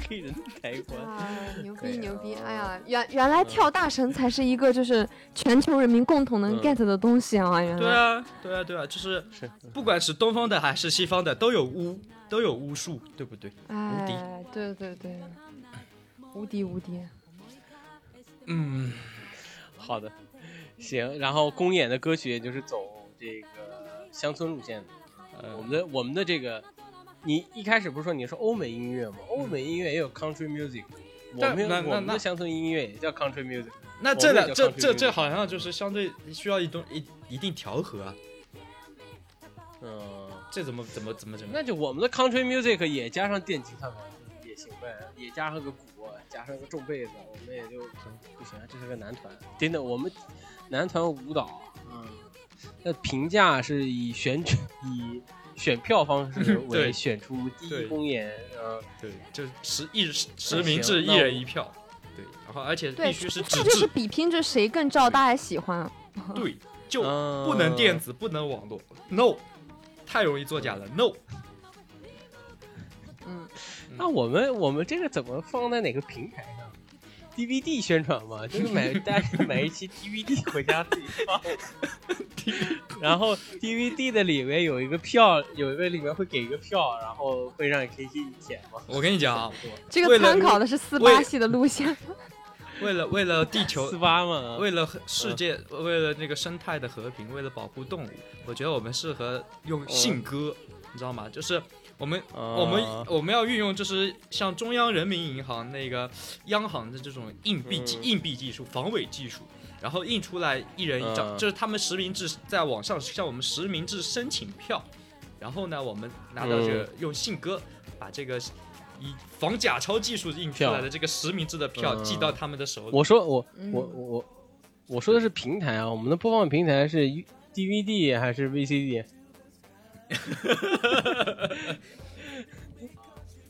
黑人抬棺，
[LAUGHS]
哇牛
对
逼牛逼！哎呀，原原来跳大神才是一个就是全球人民共同能
嗯
get 的东西啊！原
对
来
啊，对啊，对啊，就是
[LAUGHS] 是
不管是东方的还是西方的，都有巫，都有巫术，对不对？敌
哎，对对对，无敌无敌！
嗯，
好的，行。然后公演的歌曲也就是走这个乡村路线的。
呃
我们的我们的这个，你一开始不是说你说欧美音乐吗？欧美音乐也有 country music，我
但
们有
那那
我们
那
的乡村音乐也叫 country music。
那这两
我们也叫
这
country
这这
music
好像就是相对需要一种一一定调和啊，
嗯，
这怎么怎么怎么怎么？
那就我们的 country music 也加上电吉他呗，也行呗，也加上个鼓，啊加上个重贝斯，我们也就不行，啊这是个男团，真的，我们男团舞蹈，嗯，那评价是以选举以选票方式
[LAUGHS] 对
为选出第一
对
公演，嗯，
对，就是实一实
行
名制，
那
一
我
人一票。对，然后而且必
对，
须是纸
这就是
质，
比拼着谁更招大家喜欢。啊
对，就
嗯
不能电子，不能网络，no，太容易作假了，no。
嗯，
那我们我们这个怎么放在哪个平台上？DVD 宣传嘛，就是
[LAUGHS]
买大家买一期 DVD 回家自己放，然后 DVD 的里面有一个票，有一个里面会给一个票，然后会让你可以去填嘛。
[LAUGHS] 我跟你讲啊，
这
为
个
了
参考的是四
为
八系的路线。
为了为了地球
四，八嘛，
为了世界，为了那个生态的和平，为了保护动物，我觉得我们适合用信鸽，你知道吗？就是我们我们
啊
我们要运用就是像中央人民银行那个央行的这种硬币技
嗯
硬币技术、防伪技术，然后印出来一人一张，
嗯
就是他们实名制在网上向我们实名制申请票，然后呢，我们拿到这个用信鸽把这个。以防假钞技术印出来的
票
这个实名制的票
嗯
寄到他们的手里，
我说我
嗯
我我我我说的是平台啊，我们的播放平台是 DVD 还是 VCD？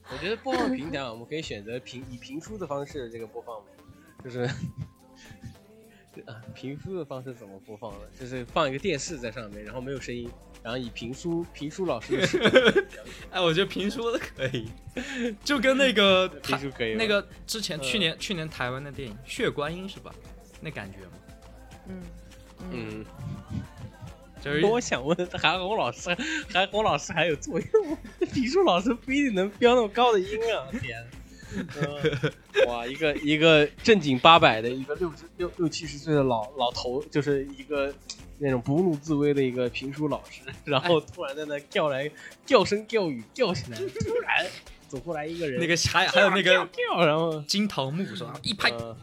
我觉得播放平台啊我们可以选择评以评书的方式这个播放嘛，就是 [LAUGHS] 啊评书的方式怎么播放呢？就是放一个电视在上面，然后没有声音，然后以评书评书老师的视角，
哎，我觉得评书的可以， [LAUGHS] 就跟那个
[LAUGHS] 评
台
书可以吗
那个之前
嗯
去年去年台湾的电影《血观音》是吧？那感觉嘛， [LAUGHS]
嗯，
嗯，
就是
我想问韩红老师，韩红老师还有作用吗？ [LAUGHS] 评书老师不一定能飙那么高的音
[LAUGHS]
啊！天，嗯哇，一个一个正经八百的一个六十六六七十岁的老老头，就是一个那种不怒自威的一个评书老师，然后突然在那叫来叫声叫语叫起来，突然走过来一个人，
那个还还有那个
叫，然后
金桃木是吧？一拍
嗯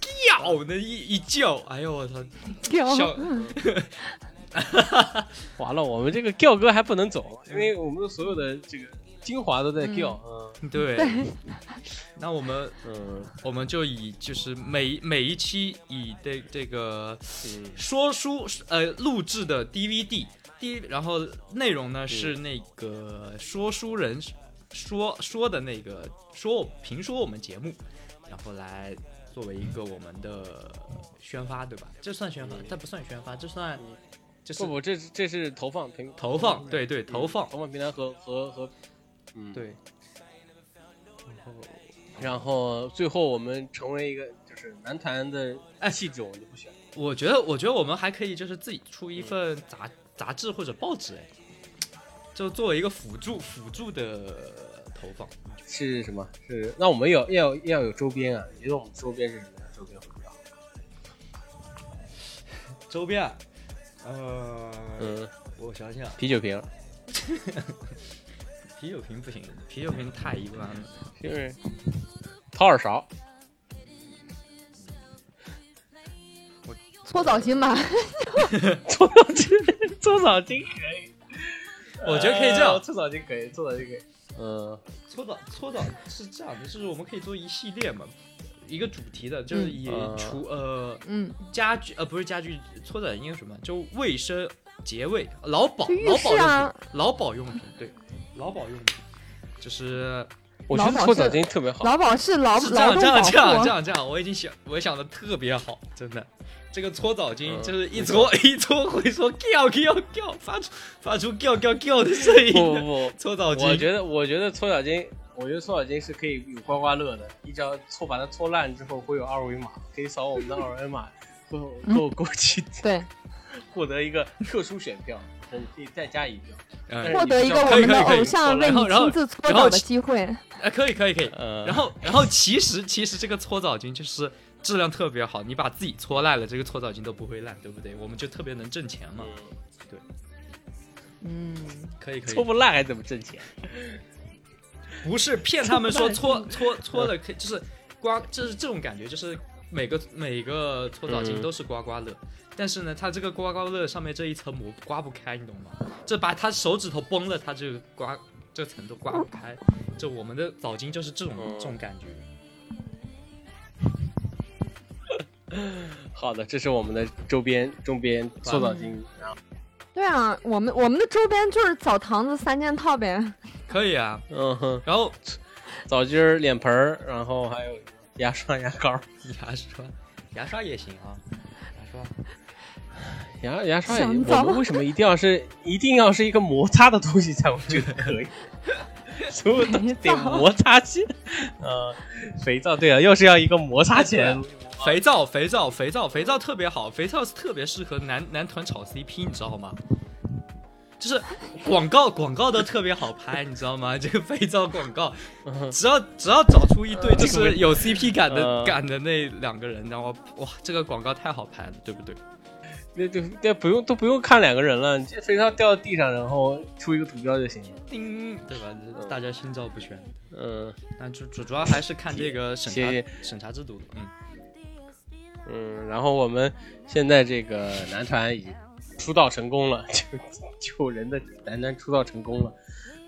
掉，那一一叫，哎呦我操！
哦
笑，
完了，我们这个调哥还不能走，因
嗯
为我们所有的这个精华都在调，嗯
对
对，
那我们
嗯
我们就以就是每每一期以这这个
嗯
说书呃录制的 DVD，第一，然后内容呢是那个说书人说说的那个说我评说我们节目，然后来作为一个我们的宣发，对吧？这算宣发？这不算宣发，这算就
嗯
是
不不，这是这是投放平嗯
投放，对嗯对，投放，
投放平台和和和，嗯，
对，
然后最后我们成为一个就是男团的气质，我就不选了。
我觉得，我觉得我们还可以就是自己出一份杂杂志或者报纸，哎，就作为一个辅助辅助的投放。
是什么？是那我们有要要有周边啊？你觉得我们周边是什么样的周边会比较好？
周边啊，呃，
嗯，
我想想，
啤酒瓶，
啤酒瓶不行，啤酒瓶太一般了。
就是掏耳勺，
搓澡巾吧，
搓澡巾，搓澡巾可以，
我觉得可以这样
呃搓澡巾可以，搓澡巾可以。嗯，
搓澡搓澡是这样的，就是我们可以做一系列嘛，一个主题的，就是以
嗯
除、呃
嗯，
家居呃不是家居搓澡巾什么，就卫生洁卫劳保
就浴
劳保
室
用
啊
品劳保用品对劳保用品就是
我觉得搓澡巾特别好。
劳保是劳
是这
劳
样
动
这样这
保
样
护啊
这，样这样，我已经想我想的特别好，真的。这个搓澡巾
嗯
就是一搓、 [LAUGHS] 一搓会说 “giao giao giao”，发出发出 “giao giao giao” 的声音。
不不不，
搓澡巾，
我觉得，我觉得搓澡巾，我觉得搓澡巾是可以有刮刮乐的。你只要搓把它搓烂之后，会有二维码，可以扫我们的二维码，过过过去
对，
获得一个特殊选票，你可以再加一票。
嗯
但是
获得一个我
可以
们
可
的
以可以
偶像为你
然后
亲自搓
然后
澡的机会。
哎，可以可以可以。
呃
然后然后其实其实这个搓澡巾就是质量特别好，你把自己搓烂了，这个搓澡巾都不会烂，对不对？我们就特别能挣钱嘛。
嗯，
可以可
嗯搓
以，
不烂还怎么挣钱？
不是骗他们说搓搓搓了可以，就是刮，就是这种感觉，就是每个每个搓澡巾
嗯
都是刮刮乐，但是呢，它这个刮刮乐上面这一层膜刮不开，你懂吗？这把他手指头崩了，他就刮这层都刮不开。就我们的澡巾就是这种
嗯
这种感觉。
好的，这是我们的周边，周边搓澡巾。然后
对啊，我们我们的周边就是澡堂子三件套呗。
可以啊，
嗯哼，
然后 [LAUGHS]
澡巾儿、脸盆儿，然后还有牙刷、牙膏儿。
牙刷，牙刷也行啊，牙刷。
牙牙刷也，
想
我
到
们为什么一定要是一定要是一个摩擦的东西才会觉得可以？所有东西得摩擦起，呃，肥皂对啊，要是要一个摩擦起来，
肥皂，肥皂，肥皂，肥皂特别好，肥皂是特别适合男男团炒 CP，你知道吗？就是广告，广告都特别好拍，你知道吗？这 [LAUGHS] 个肥皂广告，只要只要找出一
[LAUGHS]
对就是有 CP 感的
嗯
感的那两个人，然后哇，这个广告太好拍了，对不对？
那就那不用都不用看两个人了，你这肥皂掉到地上，然后出一个图标就行了。
叮，对吧？这大家心照不宣。
嗯
但主主主要还是看这个审
谢
查审查制度的，嗯，
嗯，然后我们现在这个男团已经出道成功了， [LAUGHS] 就就人的男团出道成功了。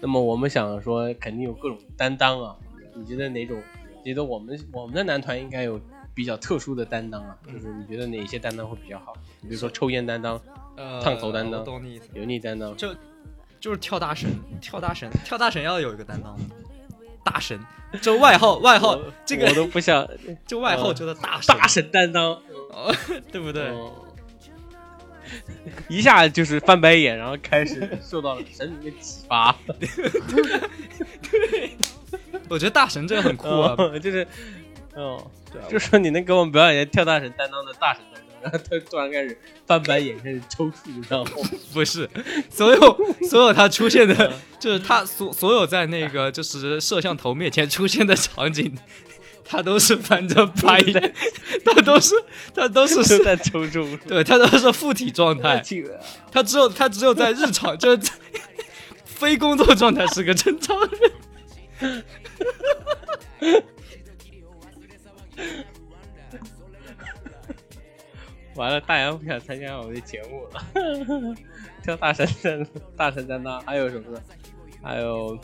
那么我们想说，肯定有各种担当啊。你觉得哪种？觉得我们我们的男团应该有比较特殊的担当啊？就是你觉得哪些担当会比较好？比如说抽烟担当、
呃，
烫头担当
我懂你意思。
油腻担当。
就就是跳大神，跳大神，跳大神要有一个担当，大神，这外号外号
我，
这
我
个
都不
[LAUGHS]
想
这外号叫做大神，
大神担当，
[LAUGHS] 对不对？
嗯一下就是翻白眼，然后开始受到了神明的启发。
我觉得大神这个很酷啊，
[LAUGHS] 嗯就是，哦，
对啊
[LAUGHS] 就说你能给我们表演一下跳大神担当的大神担当，然后他突然开始翻白眼，开始抽搐，你知道吗？
不是，所
[LAUGHS]
有所有他出现
呃
的，就是他所所有在那个就是摄像头面前出现的场景， [LAUGHS] 他都是翻着白眼，他都是他都是
都在抽搐。
对他都是附体状态，
这个
他只有他只有在日常就是在 [LAUGHS] 非工作状态是个正常人。
完了，大洋不想参加我们的节目了。 [LAUGHS] 跳大神担大神担当，还有什么呢？还有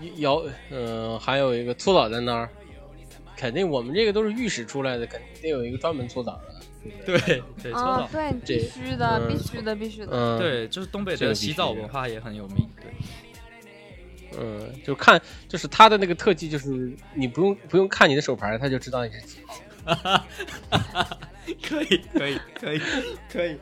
嗯摇，嗯、还有一个搓澡担当。肯定我们这个都是御史出来的，肯定得有一个专门搓澡的。
对对，搓
啊
哦
澡，，
对，
这
必须的，
嗯
必须的，必须的。
嗯，，
对，就是东北
这个
的
必须
洗澡文化也很有名。
[LAUGHS]
对，
嗯，就看就是他的那个特技，就是你不用不用看你的手牌，他就知道你是几
可以可以可以 [LAUGHS] 可以，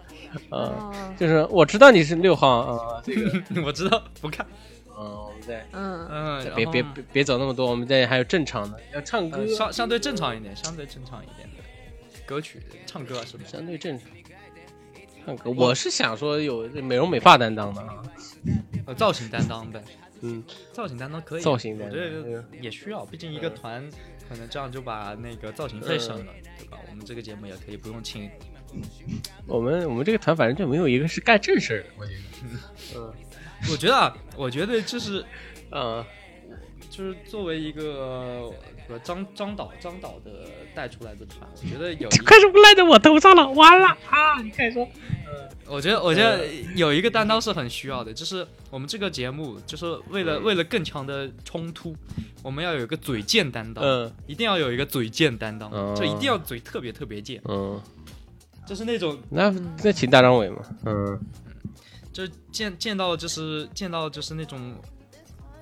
啊、
哦
嗯
就是我知道你是六号啊、这个，
[LAUGHS] 我知道，不看，
嗯、我们 [LAUGHS] 再
嗯，
嗯，
别别
然后
别别走那么多，我们再还有正常的要唱歌
呃，，相相对正常一点，相对正常一点的歌曲，唱歌啊什么的。
相对正常。唱歌，我是想说有美容美发担当的啊，
呃，造型担当呗，
嗯，
造型担当可以，
造型担当嗯
我觉得也需要，毕竟一个团可能这样就把那个造型费省了，
嗯
对吧？我们这个节目也可以不用请，
我们我们这个团反正就没有一个是干正事儿的，我觉得，
我觉得啊，我觉得就是
嗯啊，
就是作为一个呃张张导张导的带出来的团，我觉得有一
这 [LAUGHS] 快是不赖在我头上了，完了啊！你快说，
[LAUGHS] 我觉得，我觉得有一个担当是很需要的，就是我们这个节目，就是为了为了更强的冲突，我们要有一个嘴贱担当，
嗯
一定要有一个嘴贱担当，
嗯
就一定要嘴特别特别贱，
嗯，
就是那种
那那请大张伟嘛，嗯
就是见见到就是见到就是那种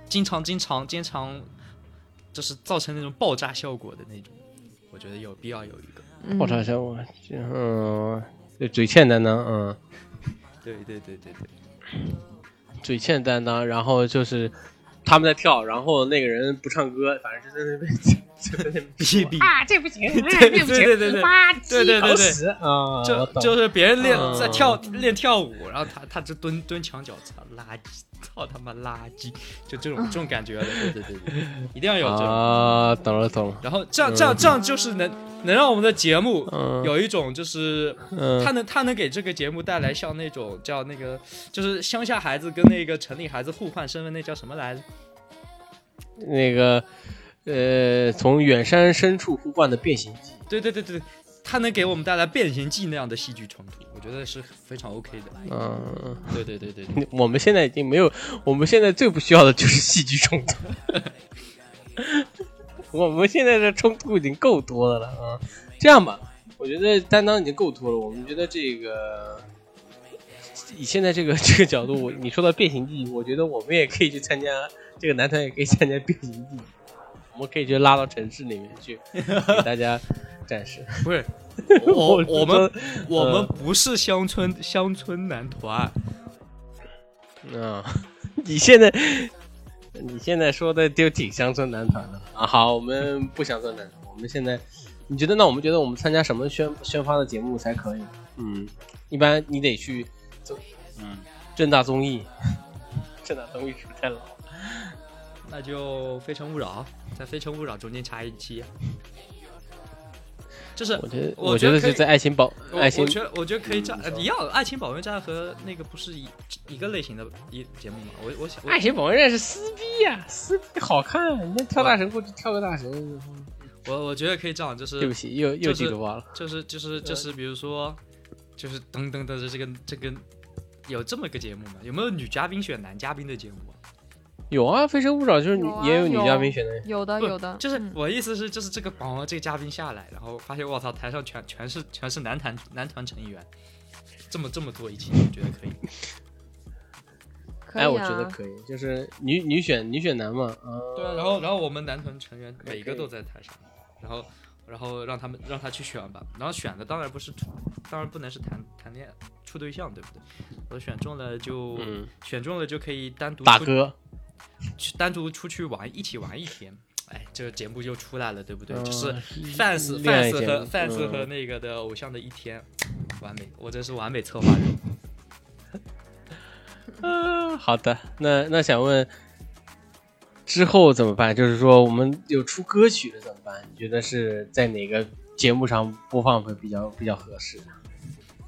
经常经常经常就是造成那种爆炸效果的那种，我觉得有必要有一个，
嗯
爆炸小我，嗯，对嘴欠担当，嗯。
对对对对对，
嘴欠担当，然后就是他们在跳，然后那个人不唱歌，反正就 [LAUGHS] 在那边就在那边
[LAUGHS] 哔哔。
啊，这不
[LAUGHS]
行，哎
对
这不
对对对
行，
对
八
对对对
搞
对，
死啊！
就
我懂
就是别人练
嗯
在跳练跳舞，然后他他就蹲蹲墙角，操垃圾，操他妈垃圾，就这种这种感觉的，对对对对，一定要有这种。
啊，懂了懂了，
然后这样这样这样就是能能让我们的节目
嗯
有一种就是
嗯
他能他能给这个节目带来像那种叫那个就是乡下孩子跟那个城里孩子互换身份，那叫什么来着？
那个呃，从远山深处呼唤的变形记，
对对对对，他能给我们带来变形记那样的戏剧冲突，我觉得是非常 OK 的。
嗯，
对对对对对。
[LAUGHS] 我们现在已经没有，我们现在最不需要的就是戏剧冲突。 [LAUGHS] 我们现在的冲突已经够多的了啊！这样吧，我觉得担当已经够多了。我们觉得这个以现在这个 [LAUGHS] 这个角度，我你说到变形记，我觉得我们也可以去参加这个男团，也可以参加变形记，我们可以去拉到城市里面去给大家展示。
不 [LAUGHS] 是，我我们我
呃
们不是乡村乡村男团，
啊， [LAUGHS] 你现在你现在说的就挺乡村男团的啊。好，我们不乡村男团，我们现在你觉得那我们觉得我们参加什么宣宣发的节目才可以？嗯，一般你得去综，
嗯，
正大综艺， [LAUGHS] 正大综艺是不是太老了？
那就《非诚勿扰》在《非诚勿扰》中间插一期，啊就是
我觉得
我
觉
觉
得
得
就在爱情保
我
爱情
我觉得我觉得可以这样
嗯
呃
你说
一样，《爱情保卫战》和那个不是一一个类型的一节目吗？我我想我
爱情保卫战是撕逼呀、撕逼好看，人家跳大神过去跳个大神。
我我觉得可以这样，就
对不
是
起，又又
就是
记住忘了。
就是就是就是，比如说就是等等等的这个这个有这么一个节目吗？有没有女嘉宾选男嘉宾的节目啊？
有啊，《非诚勿扰》就是女
有啊
也有女
有
嘉宾选的，
有的，
不
有的，
就是
嗯
我的意思是，就是这个榜这个嘉宾下来，然后发现我操，台上全全是全是男团男团成员，这么这么做一期，我觉得可以。
可以
哎，
啊。
我觉得可以，就是女女选女选男嘛，啊、
对啊，然后然后我们男团成员
以
每个都在台上，然后然后让他们让他去选吧。然后选的当然不是，当然不能是谈谈恋爱处对象，对不对？我选中了就、
嗯
选中了就可以单独
打
出
歌，
去单独出去玩，一起玩一天。哎，这个节目就出来了，对不对？就
嗯
是 fans
恋爱
fans
节
和
目
fans
嗯
和那个的偶像的一天，完美，我真是完美策划人。
啊
嗯，好的，那那想问之后怎么办？就是说我们有出歌曲了怎么办？你觉得是在哪个节目上播放会比较比较合适？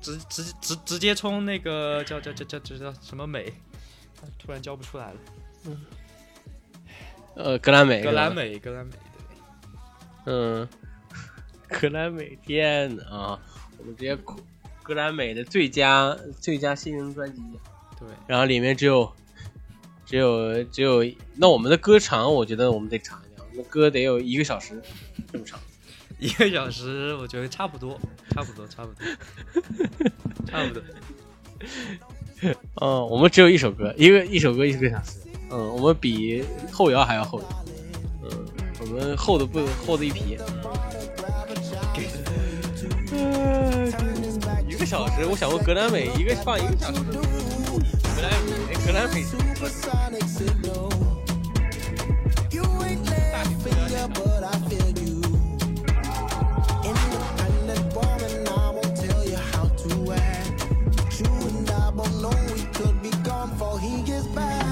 直直直直接冲那个叫叫叫叫叫叫什么美，突然叫不出来了。
呃，格莱美，
格莱，美，格莱美，对
嗯，格莱美，天呐啊！我们直接哭格莱美的最佳最佳新人专辑，
对，
然后里面只有只有只有，那我们的歌长，我觉得我们得长一点，我们的歌得有一个小时这么长。
一个小时我觉得差不多，差不多，差不多，差不多。
嗯，我们只有一首歌，一个一首歌一个小时。嗯，我们比后摇还要厚。嗯，我们厚的不厚的一匹。嗯，一个小时，我想问格莱美一个放一个小时，格莱美格莱美
know we could be gone before he gets back.